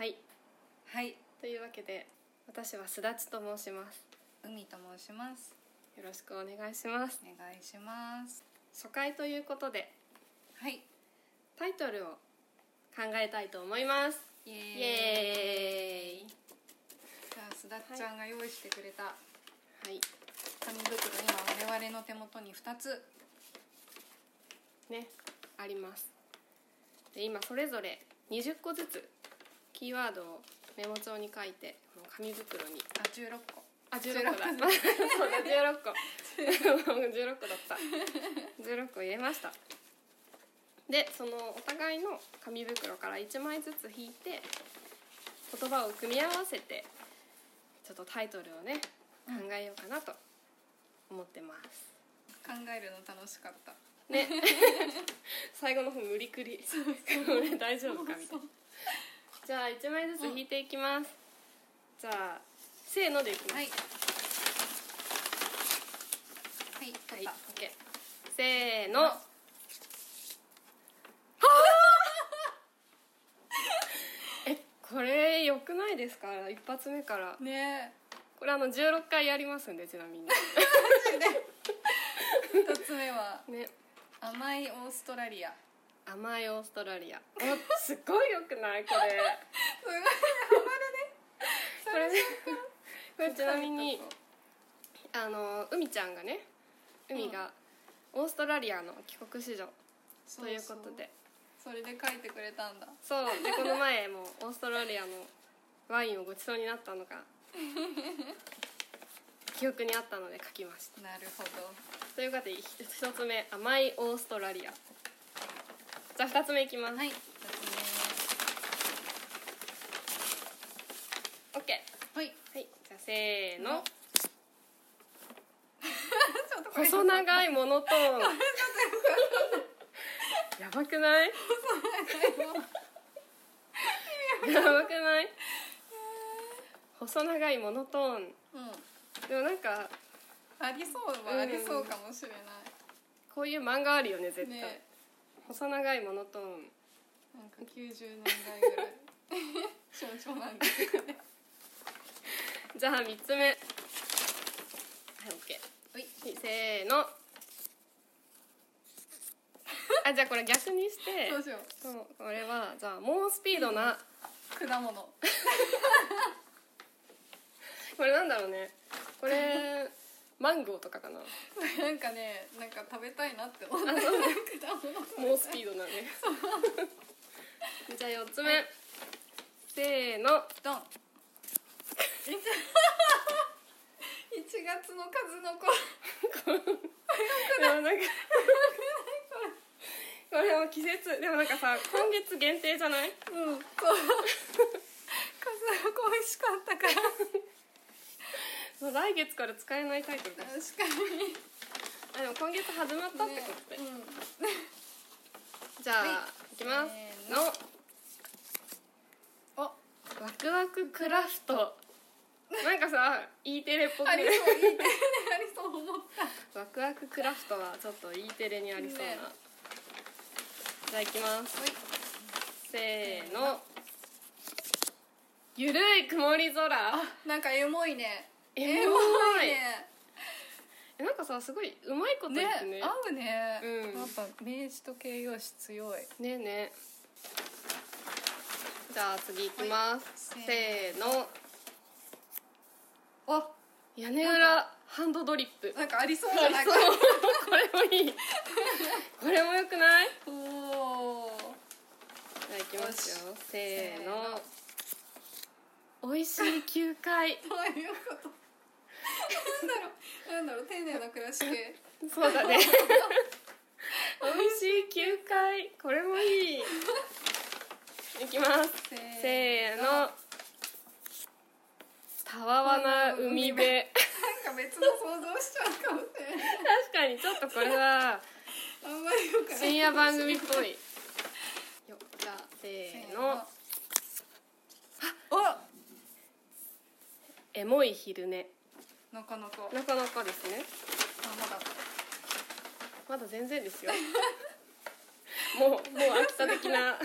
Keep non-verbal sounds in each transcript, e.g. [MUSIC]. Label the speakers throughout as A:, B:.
A: はい、
B: というわけで私はすだちと申します
A: 海と申します。
B: よろしくお願いします
A: お願いします。
B: 初回ということで
A: はい。
B: タイトルを考えたいと思います
A: イエ
B: イ
A: ーイ。
B: エーイ
A: じゃあすだっちゃんが用意してくれた
B: はい
A: 紙袋、今我々の手元に二つ。
B: ねありますで今それぞれ20個ずつキーワードをメモ帳に書いてもう紙袋に
A: あ、十六個。
B: あ16個だそうだ16個 [LAUGHS] 16個だった16個入れましたでそのお互いの紙袋から1枚ずつ引いて言葉を組み合わせてちょっとタイトルをね考えようかなと思ってます
A: 考えるの楽しかった。
B: ね最後の方無理くりこれ [LAUGHS] 大丈夫かみたいなじゃあ1枚ずつ引いていきます、じゃあせーのでいきます、
A: はい。はい、
B: は
A: 取
B: い、
A: った。
B: オッケー。せーの。はあ。 [LAUGHS] え、これ良くないですか？一発目から。
A: ね
B: これあの十六回やりますんでちなみに。
A: え。一つ目は [LAUGHS]
B: ね。
A: 甘いオーストラリア。
B: 甘いオーストラリア。お、すごい良くないこ [LAUGHS] れ。
A: すごい。
B: これね。 [LAUGHS] これちなみにあの海ちゃんがね、海が、オーストラリアの帰国子女
A: そ
B: と
A: そ
B: いうことで。
A: それで書いてくれたんだ
B: そうでこの前もオーストラリアのワインをごちそうになったの
A: [LAUGHS]
B: が記憶にあったので書きまし
A: なるほど
B: たということで一一つ目甘いオーストラリアじゃあ二つ目いきます、
A: はい2つ
B: OK
A: 目
B: は
A: はい
B: いじゃあせーの
A: ちょっとこれ
B: 細長いモノトーンやばくないやばくない細長いモノトーン
A: [LAUGHS] うん
B: でもなんか
A: ありそうはありそうかもしれない
B: こういう漫画あるよね絶対、
A: ね
B: 細長いモノトーン
A: なんか90年代ぐらい [LAUGHS] 少々なんか
B: じゃあ三つ目はいオッケ
A: はい
B: ーはいせ [LAUGHS] ーのあじゃあこれ逆にして
A: どうしよ
B: そうこれはじゃあ猛スピードな
A: う果物
B: これなんだろうねこ [LAUGHS] れマンゴーとかかな
A: なんかねなんか食べたいなって思った果物
B: 猛スピードな [LAUGHS] ねじゃあ四つ目、
A: はい
B: せーの
A: ドン [LAUGHS] 1月の数の子
B: でもなんかこれも季節でもなんかさ今月限定じゃ [LAUGHS] ない
A: うん、そう。数の子美味しかったから。
B: もう来月から使えないタイトルです
A: 確かに。
B: あでも今月始まったってことで、
A: うん。
B: じゃあ、、
A: はい
B: きます
A: せー
B: の
A: のお、
B: ワクワククラフトなんかさ E テレっぽく
A: あり
B: ね
A: そう、いいね。 [LAUGHS] ありそう思った。
B: ワクワククラフトはちょっと E テレにありそうな、
A: ね
B: じゃあいきます
A: は
B: せーのゆるい曇り空
A: い。なんかエモいね。
B: エモい
A: ね。
B: えなんかさすごいうまいこと言ってね
A: ね、合うね。
B: うん
A: やっぱ名詞と形容詞強い。
B: ねえねえじゃあ次いきます、
A: はい
B: せーの
A: あ、
B: 屋根裏ハンドドリップ
A: なんかありそうじゃないか。
B: これもいいこれもよくない
A: おお。
B: じゃあいきますよせー
A: せ
B: の美味しい球界
A: どういうこと。なんだろう。なんだろう。丁寧な暮らし系。
B: そうだね美味しい球界これもいいいきますせーのたわわな海辺
A: なんか別の想像しちゃうかもしれない。
B: 確かにちょっとこれは
A: あんまりよくない。
B: 深夜番組っぽいよじゃあせーの
A: お
B: エモい昼寝
A: なかなかあま
B: なかなかですね
A: だ
B: まだ [LAUGHS]
A: [LAUGHS]
B: 全然ですよ。もうもう秋田的な。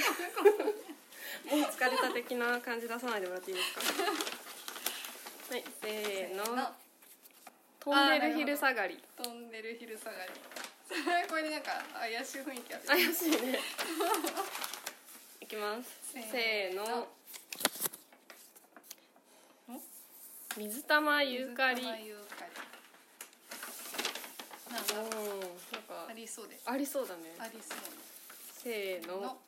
B: も疲れた的な感じ出さないでもらっていいですか
A: [LAUGHS]
B: はいせーの
A: の
B: 飛んでる昼下がり
A: 飛んでる昼下がり [LAUGHS] それこれなんか怪しい雰囲気ある
B: 怪しい
A: [LAUGHS]
B: ねいきますせ
A: せ
B: ー
A: ーの
B: の水玉ゆかり
A: 水玉ユーカリなん
B: おー
A: か
B: なんか
A: ありそうです
B: ありそうだね
A: ありそう
B: せーの
A: の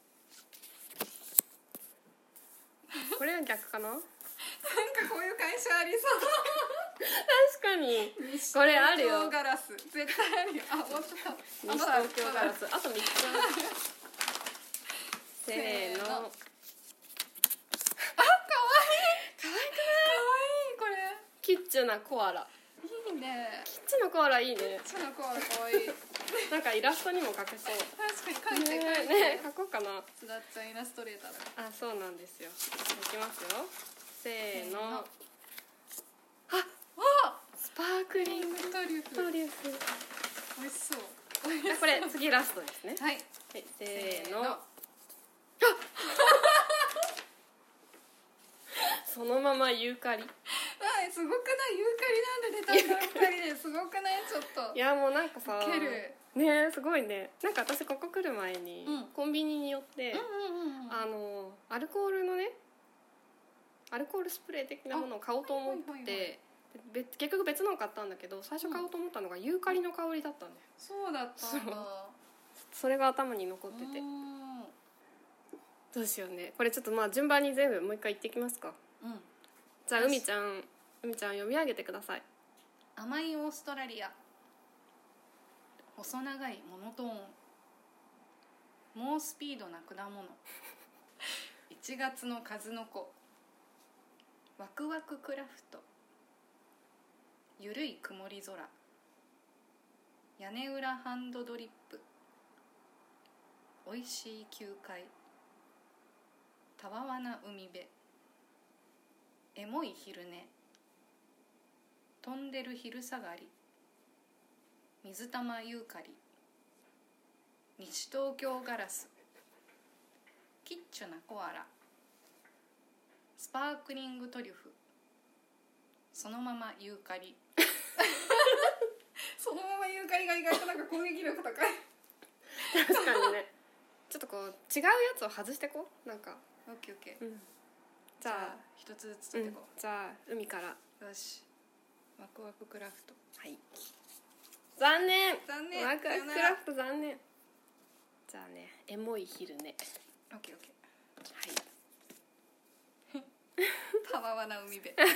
B: これは逆
A: [LAUGHS]
B: かな確
A: なんかこういう会社ありそう
B: かに [LAUGHS] これあるよ
A: 東京ガラス絶対あるよあもうちょっと
B: 西東京ガラスあと3つ [LAUGHS] せーの
A: せーの可愛
B: キッチュなコアラ
A: いいいね
B: キッチュなコアラいいね
A: ちょっとこう可愛い
B: なんかイラストにも描けそう
A: 確かに描いて
B: ね
A: 描いて、 [LAUGHS]
B: ね描こうかな
A: すだっちゃんイラストレーターだ
B: あそうなんですよいきますよせーの
A: せーの
B: あ
A: わ
B: スパークリング
A: トリュ
B: ト
A: フ
B: リュフ
A: 美味しそう
B: あこれ次ラストですね
A: はい
B: はいせーのそのままユーカリ
A: はいすごくないユーカリなんで出たんだ二人ですごくないちょっと
B: いやもうなんかさ
A: ウケる
B: ねすごいねなんか私ここ来る前に、
A: うん
B: コンビニに寄って、
A: うんうんうん
B: あのアルコールのねアルコールスプレー的なものを買おうと思って、
A: あはいはいはいはい
B: 別結局別のを買ったんだけど最初買おうと思ったのがユーカリの香りだったんだよ
A: そうだったんだ
B: それが頭に残ってて、
A: うん
B: どうしようねこれちょっとまあ順番に全部もう一回言ってきますか
A: うん
B: じゃあ
A: よし
B: 海ちゃん海ちゃん読み上げてください [LAUGHS]
A: 甘いオーストラリア細長いモノトーン猛スピードな果物 [LAUGHS] 1月の数の子ワクワククラフトゆるい曇り空屋根裏ハンドドリップおいしい球界たわわな海辺エモい昼寝飛んでる昼下がり水玉ユーカリ西東京ガラスキッチュなコアラスパークリングトリュフそのままユーカ [LAUGHS] リそのままユーカリが意外となんか攻撃力高い
B: 確かにねちょっとこう違うやつを外してこうなんか、
A: オッケーオッケー
B: じゃあ
A: 一つずつ
B: う
A: 取って
B: ん
A: こう、
B: じゃあ海から
A: よしワクワククラフト
B: はい残念
A: 残念
B: ワクワクク
A: さよな
B: ラ
A: ら
B: フト残念じゃあねエモい昼寝はい
A: オッケーオッケーたわわな海 [LAUGHS] 辺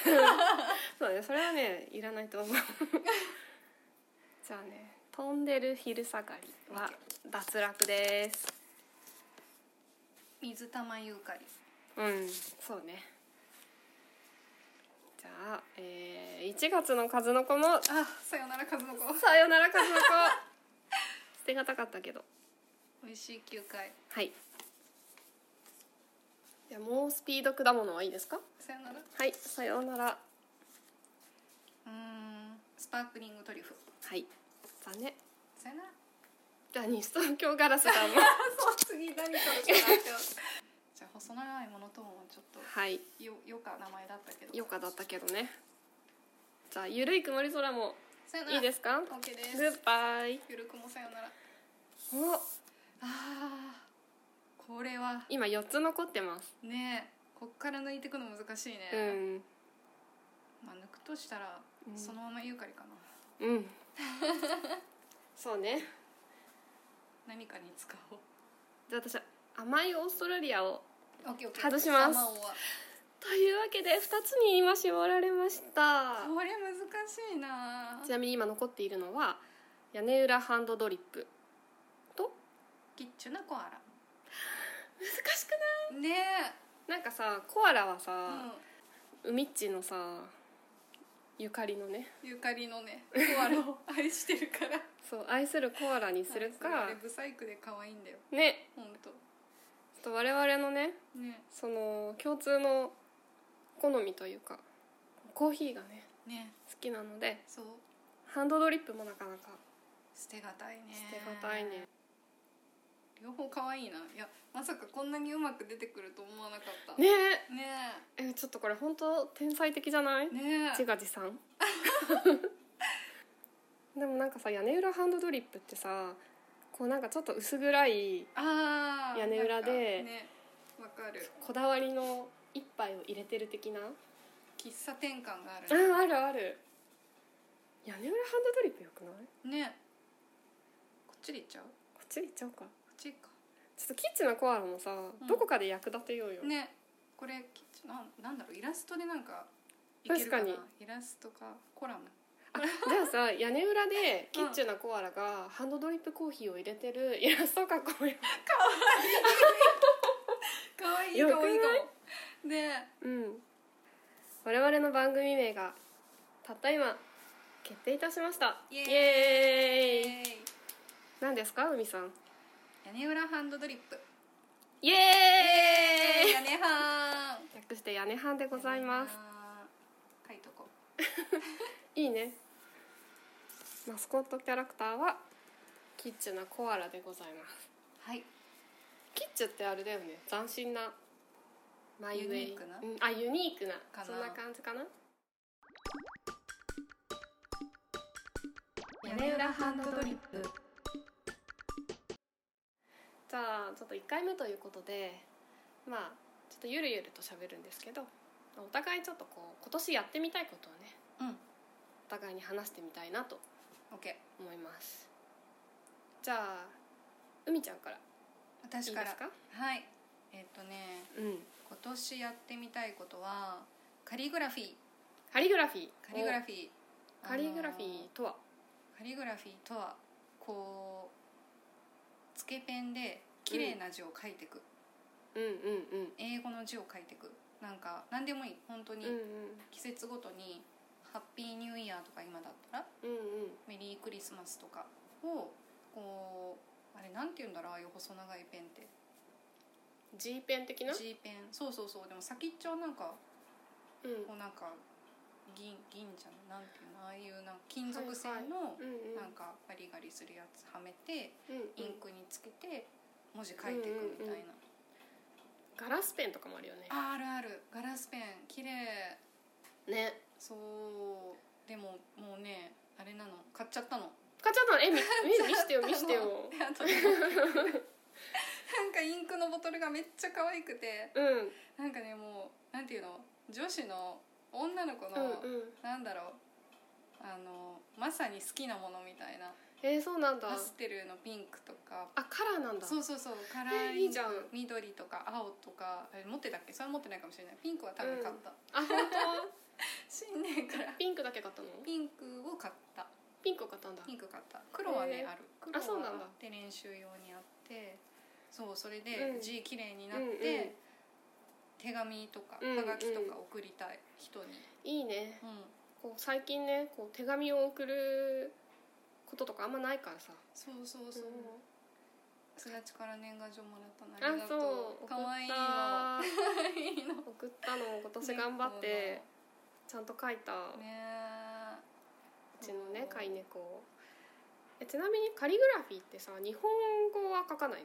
B: そうねそれはねいらない [LAUGHS] と思うじゃあね飛んでる昼下がりは脱落です
A: 水玉ユーカリ
B: うんそうねじゃあ、えー、1月の数の子も
A: あさよなら数の子
B: さよなら数の子 [LAUGHS] 捨てがたかったけど
A: 美味しい球界
B: はいじゃあもうスピード果物はいいですか
A: さよなら
B: はいさようなら
A: うーんスパークリングトリュフ
B: はい残念
A: さよなら
B: じゃあ西東京ガラスだもん
A: 次何取るかなって [LAUGHS] じゃあ細長いモノトーンはちょっと
B: はい
A: よよか名前だったけど
B: よかだったけどねじゃあゆるい曇り空も
A: さよなら
B: いいですか
A: OK で
B: グッ
A: す
B: バイ
A: ゆるくもさよなら
B: お
A: あーこれは
B: 今4つ残ってます
A: ねえこっから抜いてくの難しいね、
B: うん
A: まあ抜くとしたら
B: うん
A: そのままユーカリかな、
B: うん [LAUGHS] そうね
A: 何かに使おう
B: じゃあ私は甘いオーストラリアを [LAUGHS]
A: OKOK
B: 外します
A: 卵は
B: というわけで2つに今絞られました
A: これ難しいな
B: ちなみに今残っているのは屋根裏ハンドドリップと
A: キッチュなコア
B: 難しくな
A: ラね
B: いなんかさコアラは
A: え、う
B: さ、
A: ん
B: 海っちのさゆかりのね
A: ゆかりのねコ
B: [LAUGHS]
A: アラを愛してるから
B: そう愛するコアラにする
A: あ
B: か
A: れブサイクで可愛いんだよ
B: ね
A: 本当
B: ちょっと我々のね
A: ね
B: その共通の好みというかコーヒーがね
A: ね
B: 好きなので
A: そう
B: ハンドドリップもなかなか
A: 捨てがたいね
B: 捨てがたいね
A: 両方可愛いないやまさかこんなにうまく出てくると思わなかった
B: ね
A: ね
B: ええちょっとこれ本当天才的じゃない、
A: えね
B: 自画自賛 [LAUGHS] でもなんかさ屋根裏ハンドドリップってさこうなんかちょっと薄暗い
A: ああ
B: 屋根裏で
A: ねわかる
B: こだわりの一杯を入れてる的な
A: 喫茶店感があ
B: あ
A: る
B: あるある屋根裏ハンドドリップよくない
A: ねこっちでいっちゃうこ
B: こっち行っちゃおうか
A: っちか
B: ちょっとキッチンのコアラもさ、
A: うん
B: どこかで役立てようよ、
A: ねこれきっとなんなんだろうイラストでなんかいけ
B: 確
A: るか
B: か
A: な
B: に
A: イラストかコラム
B: あじゃあさ屋根裏でキッチンのコアラがハンドドリップコーヒーを入れてるイラストを描こうよ、
A: 可愛い
B: よく
A: 可
B: ない
A: 愛いかもね
B: うん、我々の番組名がたった今決定いたしました
A: イエー
B: エー
A: イ
B: イ
A: えー
B: 何ですか海さん
A: 屋根裏ハンドドリップ
B: イエーイ
A: 屋根ハン
B: 略して屋根班でございます
A: 書いとこう
B: いいねマスコットキャラクターはキッチュなコアラでございます
A: はい
B: キッチュってあれだよね斬新なマイウェイ
A: ユニークな
B: うんあユニークな
A: かな
B: そんな感じかな
A: 屋根裏ハンドドリップ
B: じゃあちょっと1回目ということでまあちょっとゆるゆると喋るんですけどお互いちょっとこう今年やってみたいことをね
A: うん
B: お互いに話してみたいなと
A: オッケー
B: 思いますじゃあ海ちゃんからい
A: 私
B: い
A: か
B: で
A: ら
B: すか
A: はいえっ、とね
B: うん
A: 今年やってみたいことはカリグラフィー
B: カリグラフィー
A: カリグラフィー
B: おカリグラフィ
A: あの
B: ーとは
A: カリグラフィーとはこうつけペンで綺麗な字を書いていく、
B: うんうんうん
A: 英語の字を書いていくなんか何でもいい本当に
B: うん
A: 季節ごとに「ハッピーニューイヤー」とか今だったら
B: うんうん
A: 「メリークリスマス」とかをこうあれなんて言うんだろうああいう細長いペンって
B: G ペン的な
A: G ペンそうそうそうでも先っちょはなんか
B: うん
A: こうなんか銀銀じゃないなんていうのああいうなんか金属製の
B: うんうん
A: なんかガリガリするやつはめて
B: うんうん
A: インクにつけて文字書いていくみたいな
B: ガラスペンとかもあるよね
A: ああるあるガラスペン綺麗
B: ね
A: そうでももうねあれなの買っちゃったの
B: カチャのえ
A: [LAUGHS]
B: みえ見してよ見してよ
A: であとねなんかインクのボトルがめっちゃ可愛くて
B: うんうん
A: なんかねもうなんていうの女子の女の子の、
B: うん
A: なんだろうあのまさに好きなものみたいな
B: えー、そうなんだ
A: パステルのピンクとか
B: あカラーなんだ
A: そうそうそうカラ
B: え
A: ー
B: い
A: イ
B: い
A: ン
B: じ
A: ク
B: ゃん
A: 緑とか青とかあれ持ってたっけそれは持ってないかもしれないピンクは多分買った、
B: あ本当
A: 新年から
B: ピンクだけ買ったの
A: ピンクを買った
B: ピンクを買ったんだ
A: [LAUGHS] ピンク買った黒はね、
B: へー
A: ある黒
B: あそうなんだ
A: はで練習用にあってそうそれ
B: う
A: で
B: ん
A: 字綺麗になって、
B: うんうん
A: 手紙とか
B: うんうん
A: はがきとか送りたい人に、
B: いいね
A: うん
B: こう最近ねこう手紙を送ることとかあんまないからさ
A: そうそうそう、すだちから年賀状もらったのあ
B: あ
A: りがと
B: そうう
A: かわいいの
B: 送
A: かわいいの
B: った送ったのを今年頑張ってちゃんと書いた
A: 猫のね
B: うちのね飼い猫をえちなみにカリグラフィーってさ日本語は書かない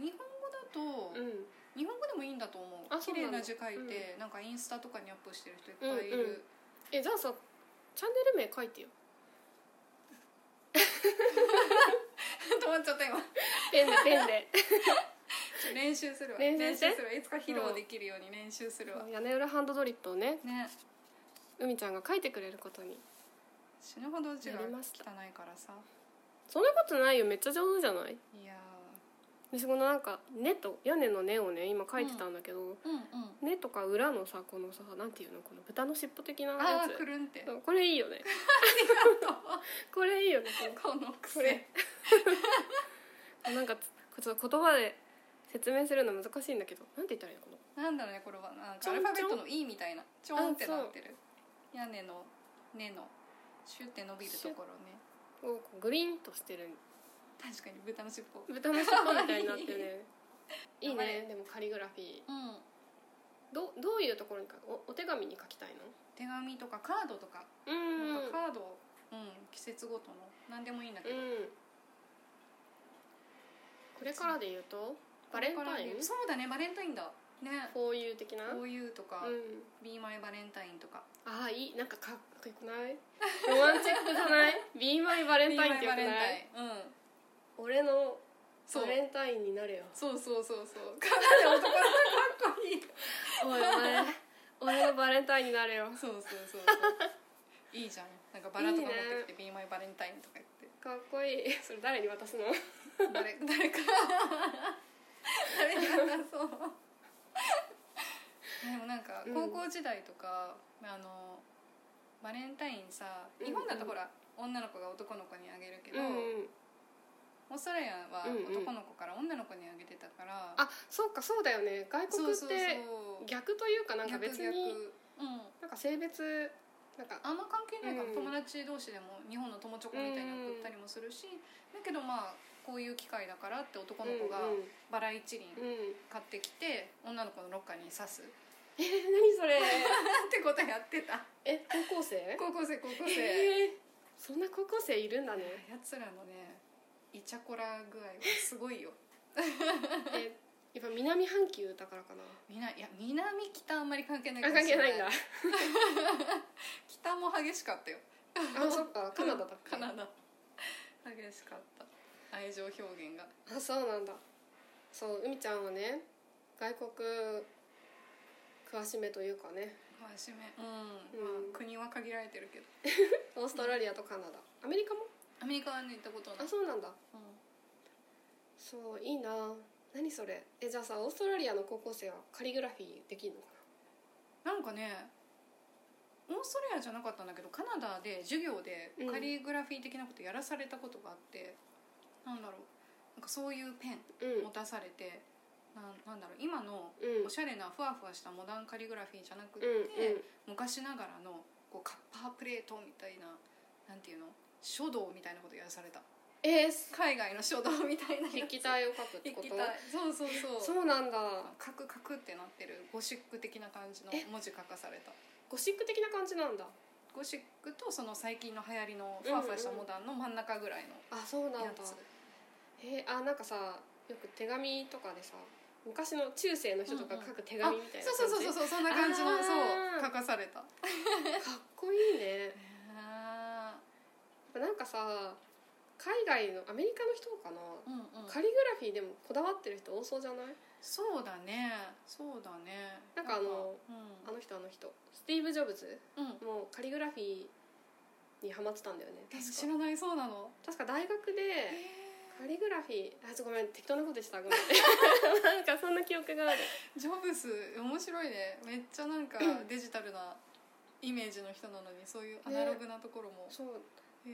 A: 日本語だと、
B: のうん
A: 日本語でもいいんだと思
B: あ
A: う
B: そ
A: 綺
B: うなの
A: 麗な字書いて、なんかインスタとかにアップしてる人いっぱいいる、
B: うんうんえじゃあさチャンネル名書いてよ
A: 止 [LAUGHS] まっちゃった今
B: ペ
A: [LAUGHS]
B: ンでペンで
A: 練習するわ
B: 練
A: 練
B: 習
A: 習
B: して
A: するわいつか披露できるように練習するわ、
B: 屋根裏ハンドドリップをね
A: ね
B: 海ちゃんが書いてくれることに
A: 死ぬほど字が
B: や
A: 汚
B: りました
A: いからさ
B: そんなことないよめっちゃ上手じゃない
A: いや
B: 私このなんか「根」と屋根の根をね今書いてたんだけど、
A: ーうんうん
B: 根とか裏のさこのさなんていうのこの豚の尻尾的なや
A: あーく
B: つ
A: るんって
B: そうこれいいよねこれいいよね
A: [LAUGHS] この
B: こ
A: 癖
B: れ [LAUGHS] なんかちょっと言葉で説明するの難しいんだけどなんて言ったらいいのこの
A: なんだろうねこれはなん
B: ち
A: か
B: ょ
A: ア
B: ん
A: ルファベットの E みたいなちょんって
B: あそう
A: なってる屋根の根のシュって伸びるところね
B: こうこうグリーンとしてる
A: 確かに豚の尻尾
B: 豚の尻尾みたいになって
A: [LAUGHS]
B: ねいい
A: 頑張れ
B: ねでもカリグラフィー
A: うん
B: どどういうところに書くおお手紙に書きたいの
A: 手紙とかカードとか
B: う
A: なん
B: ん
A: かカードうん季節ごとの何でもいいんだけ
B: う
A: ど
B: んここれからで言うとバレンタイン
A: そうだねバレンタインだね
B: こういう的な
A: こういうとか
B: うん
A: 「Be My バレンタイン」とか
B: ああいいなんかかっこよくないロマンチックじゃ
A: [LAUGHS]
B: ない ?Be my バ
A: 「バ
B: レンタインってよく
A: バ
B: ない
A: レンタイン」うん
B: 俺の
A: そ
B: バ
A: う
B: レンタインになれよ
A: そうそうそうそうかなり男の子かっこいい
B: おいお前 [LAUGHS] 俺のバレンタインになれよ
A: そうそうそうそういいじゃんなんかバラとか持ってきて「Be My バレンタイン」とか言って
B: かっこいいそれ誰に渡すの
A: 誰誰か誰に渡そうでもなんか
B: うん
A: 高校時代とか、あのバレンタインさ
B: うん
A: 日本だとほら、女の子が男の子にあげるけど、
B: うん
A: オーストラリアは
B: うんうん
A: 男の子から女の子にあげてたから、
B: あそうかそうだよね外
A: そ
B: 国
A: う
B: っ
A: そうそう
B: て逆というかなんか別に
A: 逆うん
B: なんか性別なんか
A: あんま関係ないから、
B: うん
A: 友達同士でも日本の友チョコみたいに送ったりもするし、だけどまあこういう機会だからって男の子が
B: うんうん
A: バラ一輪
B: うん
A: 買ってきて女の子のロッカーに刺す
B: え
A: [LAUGHS]
B: 何それ
A: ってことやってた
B: [LAUGHS] え高校生
A: 高校生高校生や
B: えーそんな高校生いるん [LAUGHS] だね
A: つらのねイチャコラ具合はすごいよ
B: えやっぱ南半球だからかな
A: みないや南北あんまり関係ない
B: あ
A: も
B: 関
A: し
B: 係
A: れ
B: ないんだ
A: 北も激しかったよ
B: あそっかカナダだっけ
A: カナダ激しかった愛情表現が
B: あそうなんだそう海ちゃんはね外国詳しめというかね
A: 真しめうん、
B: うん
A: まあ国は限られてるけど
B: オーストラリアとカナダアメリカも
A: アメリカはね行ったことな
B: あ
A: い、
B: そうなんだ
A: う
B: そういいな何それえじゃあさオーストラリアの高校生はカリグラフィーできるのか
A: ん、なんかねオーストラリアじゃなかったんだけどカナダで授業で
B: うん
A: カリグラフィー的なことやらされたことがあって、なんだろうなんかそういうペン
B: なうん
A: 持たされて、なんなんだろう今の
B: うん
A: おしゃれなふわふわしたモダンカリグラフィーじゃなくて、
B: う
A: 昔ながらのこうカッパープレートみたいななんていうの書道みたいなことやらされ
B: ん
A: た
B: うんえーす
A: 海外の書道みたいな
B: 筆記体を書くってこ
A: 筆記
B: と
A: 体そうそうそ
B: そ
A: う
B: うなんだ
A: カクカクってなってるゴシック的な感じの
B: え
A: 文字書かされた
B: ゴシック的な感じなんだ
A: ゴシックとその最近の流行りのふわふわしたモダンの真ん中ぐらいの
B: あそうなんだ
A: やつ、
B: えーあなんかさよく手紙とかでさ昔の中世の人とか書く手紙みたいな感じ、
A: そうそうそうそうそんな感じの
B: あー
A: そう書かされた
B: かっこいいね
A: あ
B: なんかさ海外のアメリカの人かな、
A: ーうんうん
B: カリグラフィーでもこだわってる人多そうじゃない
A: そうだねそうだね
B: なんかあのあの人あの人スティーブ・ジョブズ
A: うん、うん、
B: もうカリグラフィーにハマってたんだよね
A: え
B: 確
A: 知
B: から
A: ないそうなの
B: 確か大学
A: へ
B: でカ
A: ー
B: リグラフィーあちょごめん適当なことした
A: [LAUGHS]
B: ごめんなんかそんな記憶がある
A: ジョブス面白いねめっちゃなんかデジタルなイメージの人なのにそういうアナログなところも、
B: そう
A: へ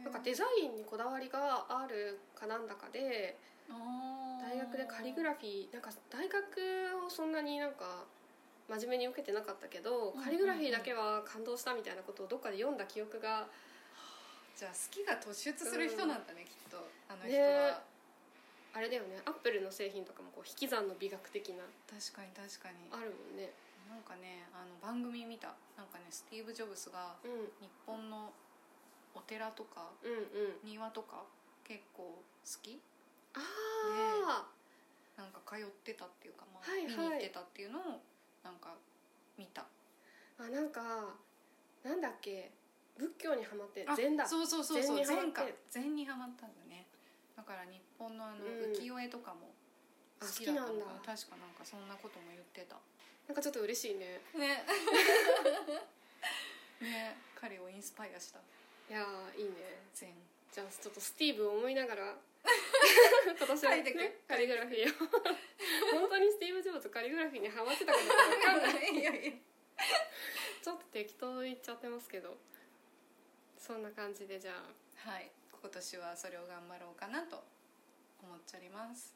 A: え
B: なんかデザインにこだわりがあるかなんだかで大学でカリグ
A: フ
B: ラフィーなんか大学をそんなになんか真面目に受けてなかったけど
A: うん
B: カリグラフィーだけは感動したみたいなことをどっかで読んだ記憶が
A: じゃあ好きが突出する人なんだね、きっとあの人
B: ねえ
A: は、
B: あれだよねアップルの製品とかもこう引き算の美学的な
A: 確かに確かに
B: あるもんね
A: なんかねあの番組見たなんかねスティーブ・ジョブスが
B: うん
A: 日本のお寺とか
B: うんうん
A: 庭とか結構好き
B: あ
A: なんか通ってたっていうか、まあ
B: はいはい
A: 見に行ってたっていうのをなんか見た
B: ーあなんかなんだっけ仏教にハマって禅だ
A: あそうそうそうそ
B: 禅
A: う
B: にハマっ
A: 禅
B: て
A: か禅にハマったんだねだから日本のあの
B: うん
A: 浮世絵とかも
B: あ
A: 好
B: 好
A: き
B: き
A: だ
B: なん
A: った
B: だ
A: のかな確かなんかそんなことも言ってた
B: なんかちょっと嬉しいね [LAUGHS]
A: ねね彼をインスパイアした
B: いやーいいね
A: 全
B: じゃあちょっとスティーブを思いながら
A: [LAUGHS]
B: 今年は、
A: 書いてく
B: ね、カリグラフィーを本当にスティーブ・ジョブズカリグラフィーにハマってたかどうか
A: [LAUGHS]
B: 分かんない
A: いやいや
B: ちょっと適当言っちゃってますけどそんな感じでじゃあ
A: はい今年はそれを頑張ろうかなと思っちゃります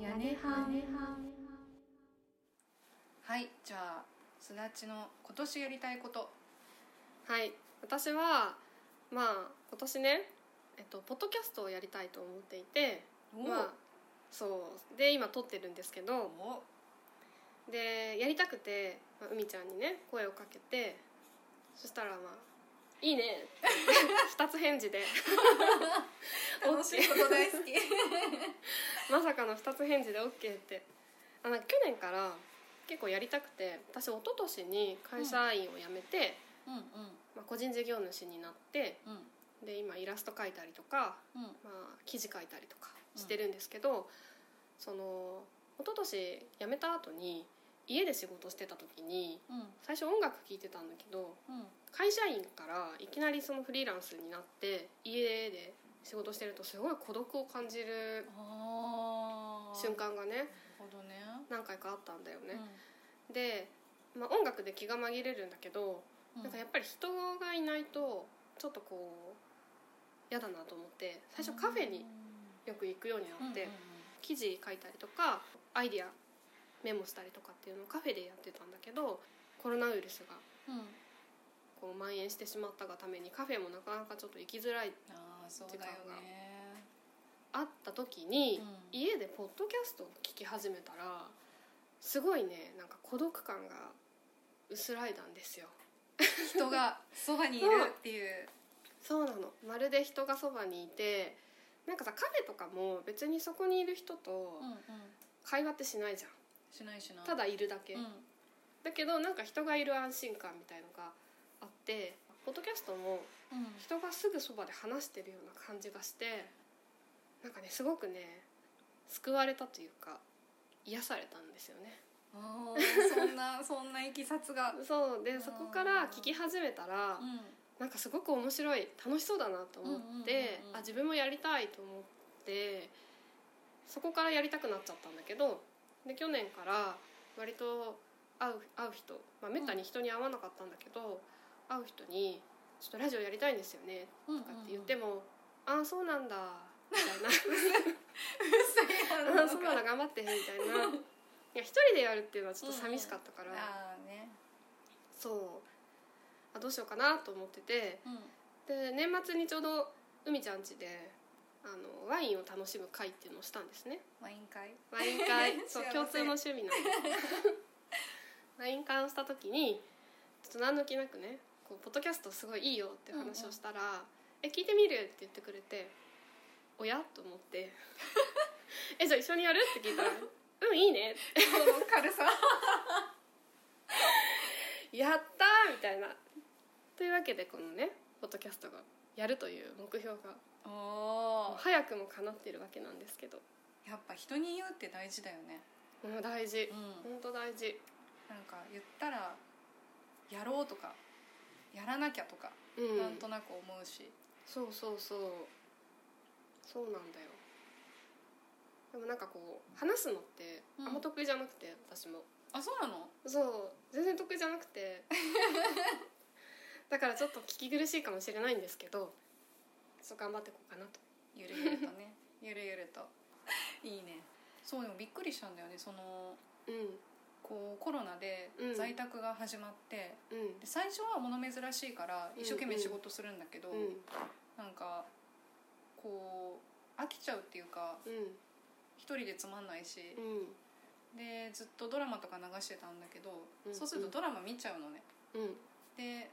B: 屋根はん
A: はいじゃあすだちの今年やりたいこと
B: はい私はまあ今年ねえっとポッドキャストをやりたいと思っていて
A: を、
B: まあそうで今撮ってるんですけど
A: お
B: でやりたくて、まあ、海ちゃんにね声をかけてそしたらまあいいね [LAUGHS] 二つ返事で
A: 楽しいこと大好き
B: まさかの二つ返事で OK ってあなんか去年から結構やりたくて私一昨年に会社員を辞めて、
A: うんうん
B: まあ、個人事業主になって
A: うん
B: で今イラスト描いたりとか、
A: うん
B: まあ、記事書いたりとかしてるんですけど、その一昨年辞めた後に家で仕事してた時に
A: うん
B: 最初音楽聴いてたんだけど
A: うん
B: 会社員からいきなりそのフリーランスになって家で仕事してるとすごい孤独を感じる
A: ああ
B: 瞬間がね
A: なるほどね
B: 何回かあったんだよ
A: うん
B: ね。で、まあ、音楽で気が紛れるんだけど、
A: うん
B: なんかやっぱり人がいないとちょっとこう嫌だなと思って最初カフェによく行くように
A: うん
B: なって、
A: うん
B: 記事書いたりとかアイディアメモしたりとかっていうのをカフェでやってたんだけどコロナウイルスが
A: うんうん
B: こう蔓延してしまったがためにカフェもなかなかちょっと行きづらい
A: ああそうだよね
B: あった時に、
A: うん
B: 家でポッドキャストを聞き始めたらすごいねなんか孤独感が薄らいだんですよ
A: 人がそばにいるっていう
B: そうなのまるで人がそばにいてなんかさカフェとかも別にそこにいる人と
A: うんうん
B: 会話ってしないじゃん、
A: しないしない
B: ただいるだけ、
A: うん
B: だけどなんか人がいる安心感みたいのがあってポッドキャストも
A: うん
B: 人がすぐそばで話してるような感じがしてなんかねすごくね救われたというか癒されたんですよね
A: あーそんなそんないきさつが
B: そう
A: あ
B: で
A: ー
B: そこから聞き始めたら
A: うん
B: なんかすごく面白い楽しそうだなと思って
A: うんうんうんうん
B: あ自分もやりたいと思ってそこからやりたくなっちゃったんだけどで去年から割と会う会う人、まあ、めったに人に会わなかったんだけど、会う人に「ちょっとラジオやりたいんですよね」
A: うん
B: とかって言っても「ああそうなんだ」みたいな
A: [LAUGHS] うん
B: あーそうなんだ頑張ってみたいな
A: [LAUGHS]
B: いや一人でやるっていうのはちょっと寂しかったから、
A: ああね
B: そうあどうしようかなと思ってて
A: うん
B: で年末にちょうど海ちゃん家であのワインを楽しむ会っていうのをしたんですね
A: ワイン会
B: ワイン [LAUGHS] 会そう
A: 幸せ
B: 共通の趣味なの [LAUGHS] ワイン会をした時にちょっと何の気なくねこう「ポッドキャストすごいいいよ」っていう話をしたら「え聞いてみる?」って言ってくれて「おや?」と思って [LAUGHS] 「えじゃあ一緒にやる?」って聞い [LAUGHS] たら「うんいいね」
A: この軽さ
B: やったーみたいなというわけでこのねポッドキャストがやるという目標が
A: お
B: もう
A: お
B: 早くも叶ってるわけなんですけど
A: やっぱ人に言うって大事だよね
B: もう大事
A: うん
B: 本当大事
A: なんか言ったらやろうとかやらなきゃとか
B: うん
A: なんとなく思うし
B: そうそうそうそうなんだよでもなんかこう話すのって
A: うん
B: あんま得意じゃなくて、私も
A: あそうなの
B: そう全然得意じゃなく [LAUGHS] てだからちょっと聞き苦しいかもしれないんですけどちょっと頑張っていこうかなと
A: ゆるゆると
B: [LAUGHS]
A: ねゆるゆるといいねそうでもびっくりしたんだよねその
B: う
A: こうコロナで
B: うん
A: 在宅が始まって、
B: んうん
A: で最初は物珍しいから一生懸命仕事するんだけど、
B: うん
A: なんかこう飽きちゃうっていうか
B: うん
A: 一人でつまんないし、
B: うん
A: でずっとドラマとか流してたんだけど、
B: うん
A: そうするとドラマ見ちゃうのね
B: うん
A: で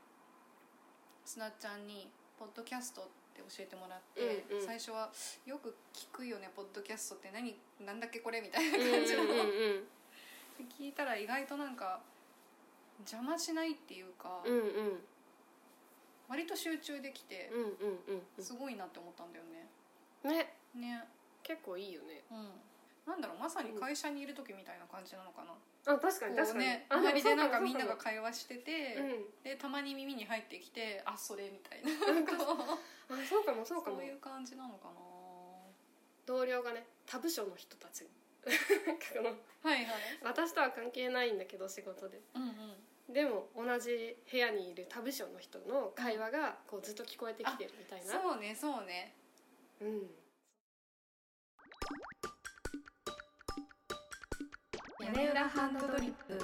A: すなちゃんに「ポッドキャスト」って教えてもらって、
B: うんうん
A: 最初は「よく聞くよねポッドキャストって何なんだっけこれ」みたいな
B: うん
A: 感じの、
B: うん
A: 聞いたら意外となんか邪魔しないっていうか、
B: うんうんうん
A: 割と集中できて
B: うんうんうん
A: すごいなって思ったんだよね。
B: うんね
A: ね、
B: 結構いいよね
A: うん、なんだろうまさに会社にいる時みたいな感じなのかな。
B: あ確かに確
A: こう
B: かに
A: ね、
B: あ
A: 周りでなんか
B: そうも
A: みんなが
B: そう
A: 会話してて、
B: かも
A: でたまに耳に入ってきてあそれみたいな
B: うんあそうかもそうか
A: [LAUGHS] そ
B: も
A: ういう感じなのか
B: 同僚がね他部署の人
A: [LAUGHS]
B: たちなんかこの
A: なはいはい
B: 私とは関係ないんだけど仕事で
A: うんうん
B: でも同じ部屋にいる他部署の人の会話がこうずっと聞こえてきてるみたいな
A: そうねそうね
B: うん
A: 屋根裏ハンドドリップ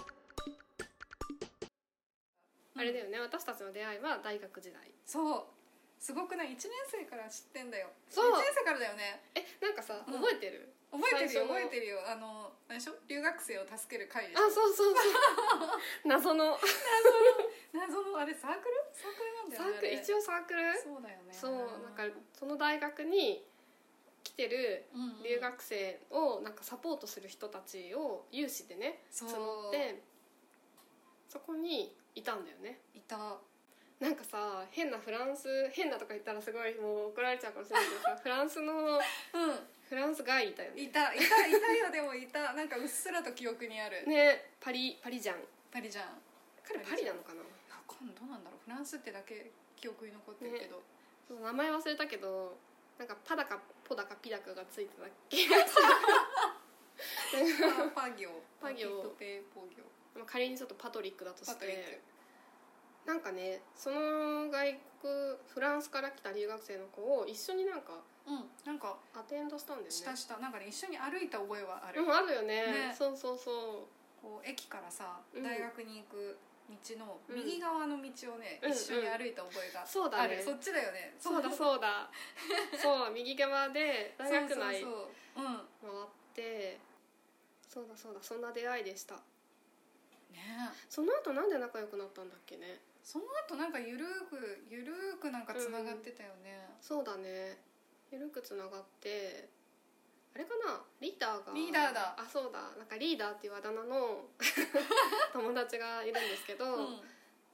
B: あれだよね私たちの出会いは大学時代
A: そうすごくない1年生から知ってんだよ
B: そう
A: 1年生からだよね
B: えなんかさ
A: うん
B: 覚えてる
A: 覚えてるよ
B: 最初の
A: 覚えてるよあの [LAUGHS] 何でしょ留学生を助ける会で
B: あ
A: しょ
B: そうそうそう謎の
A: 謎謎のあれサークルサークル
B: サ
A: なん
B: ーク
A: だ
B: ル
A: よね
B: 一応サークル
A: そうだよね
B: そうなんかその大学に来てる
A: うんうん
B: 留学生をなんかサポートする人たちを有志でね
A: そう
B: 募ってそこにいたんだよね
A: いた
B: なんかさ変なフランス変なとか言ったらすごいもう怒られちゃうかもしれないけど
A: [LAUGHS]
B: さフランスの
A: う
B: フランスガイいたよ
A: んい
B: ね
A: たいたいたよでもいたなんかうっすらと記憶にある、
B: ねパリパリじゃん
A: パリじゃん
B: 彼パリなのかな
A: 今度どうなんだろうフランスってだけ記憶に残ってるけど、
B: そう名前忘れたけどなんかパダかポダかピダかがついてたっけ
A: パパ行
B: [LAUGHS] パ行
A: ピットペポ行
B: まあ仮にちょっとパトリックだと
A: パ
B: し
A: トリッ
B: てなんかねその外国フランスから来た留学生の子を一緒になんか
A: クうんなんか
B: アテンドしたんだよね
A: 下下なんかね一緒に歩いた覚えはある、
B: うんあるよね
A: ね
B: そうそうそ
A: こう駅からさ
B: うん
A: 大学に行く道の
B: うん
A: 右側の道をね、
B: うん
A: 一緒に歩いた覚えがあ
B: う
A: る、
B: そうだね
A: そっちだよね
B: そうだそうだ [LAUGHS] そう右側で大学内回
A: そう
B: っ
A: そうそううん
B: てそうだそうだそんな出会いでした
A: ね
B: その後なんで仲良くなったんだっけね
A: その後なんかゆるーくゆるーくなんかつながってたよね、
B: そうだねゆるくつながってあれかなリーダーが
A: リーダーだ
B: あそうだなんかリーダーっていうあだ名
A: [LAUGHS]
B: の友達がいるんですけど、
A: うん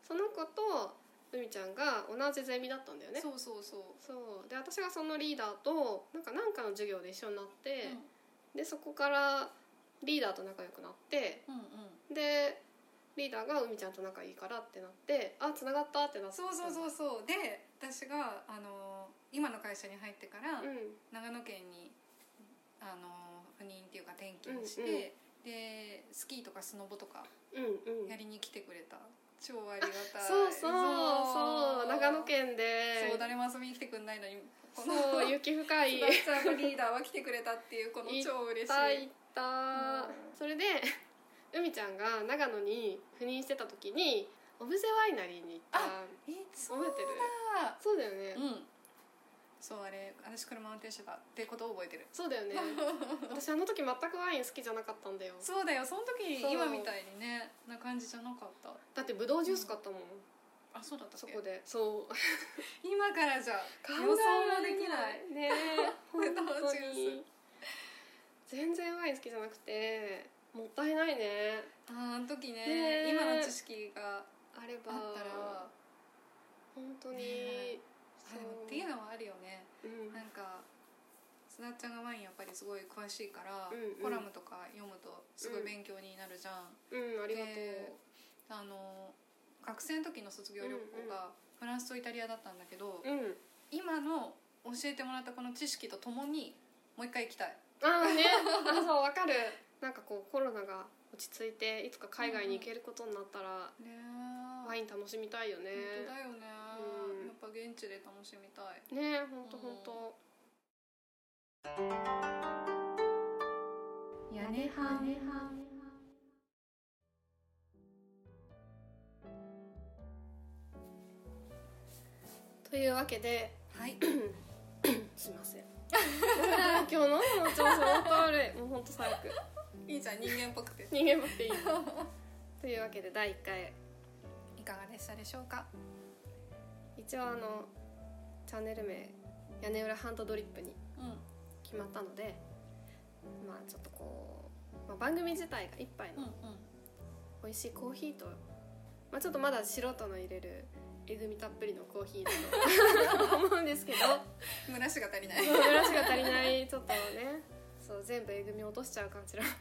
B: その子と海ちゃんが同じゼミだったんだよね
A: そうそうそう、
B: そうで私がそのリーダーとなんかなんかの授業で一緒になって
A: うん、
B: でそこからリーダーと仲良くなって
A: うんうん
B: でリーダーが海ちゃんと仲いいからってなってあ繋がったってなって
A: そうそ
B: う
A: うそうそうで私があのー今の会社に入ってから、
B: うん
A: 長野県にあのー赴任っていうか転勤して、
B: うんうん
A: でスキーとかスノボとか
B: うんうん
A: やりに来てくれた超ありがたい
B: そうそうそう長野県
A: そう
B: で
A: 誰も遊びに来てくんないのにこの
B: そう雪深い
A: [LAUGHS] スダッチャーのリーダーは来てくれたっていうこの超嬉
B: い
A: しい
B: たいた
A: うん
B: それで海ちゃんが長野に赴任してた時にオブジェワイナリーに行った
A: えそう
B: 覚えてる
A: だ
B: そうだよね、
A: うんそうあれ私車運転してたってことを覚えてる
B: そうだ
A: [LAUGHS]
B: よね私あの時全くワイン好きじゃなかったんだよ
A: そうだよその時
B: そう
A: 今みたいにねな感じじゃなかった
B: だってブドウジュース買ったもん、
A: あそうだったっ
B: そ
A: け
B: こでそう
A: 今からじゃ予想もできない
B: い
A: [LAUGHS]
B: ねえ
A: ブドウジュース
B: に全然ワイン好きじゃなくてもったいないね
A: あーあの時ね
B: ねえ
A: 今の知識が
B: あれば
A: あったら
B: 本当に、
A: ねえあでもっていうのはあるよね
B: うん
A: なんかすなっちゃんがワインやっぱりすごい詳しいから、
B: うんうん
A: コラムとか読むとすごい勉強になるじゃん、
B: うんありがとう、
A: であの学生の時の卒業旅行がフランスとイタリアだったんだけど、
B: うん
A: 今の教えてもらったこの知識とともにもう一回行きたい
B: ああねあそうわかるなんかこうコロナが落ち着いていつか海外に行けることになったら、
A: ね
B: ワイン楽しみたいよね
A: 本当だよね、
B: うん
A: やっぱ現地で楽しみたい
B: ねえほんとほんと
A: 屋根はねは
B: というわけで
A: はい
B: すいません [LAUGHS] 今日のもう調子本当悪いもうほんと最悪
A: いいじゃん人間っぽくて
B: 人間ばっていいというわけで第1回
A: いかがでしたでしょうか
B: 一応あのチャンネル名「屋根裏ハンドドリップ」に
A: うん
B: 決まったのでまあちょっとこう、まあ、番組自体が一杯
A: うん
B: の美味しいコーヒーと、まあ、ちょっとまだ素人の入れるえぐみたっぷりのコーヒーだと思うんですけど
A: うん蒸らしが足りない
B: ブラシが足りないちょっとねそう全部えぐみ落としちゃうかもしれないうん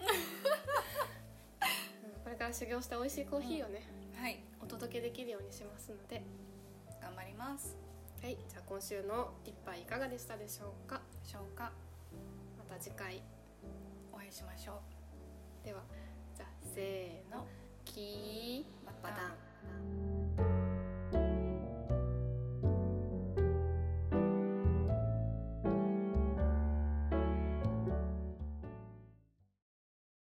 B: これから修行して美味しいコーヒーをね、
A: はい
B: お届けできるようにしますので
A: 頑張ります
B: はいじゃあ今週の一杯いかがでしたでしょうか
A: でしょうか
B: また次回
A: お会いしましょう
B: ではじゃあせーのキー
A: ま
B: バ
A: た
B: ダン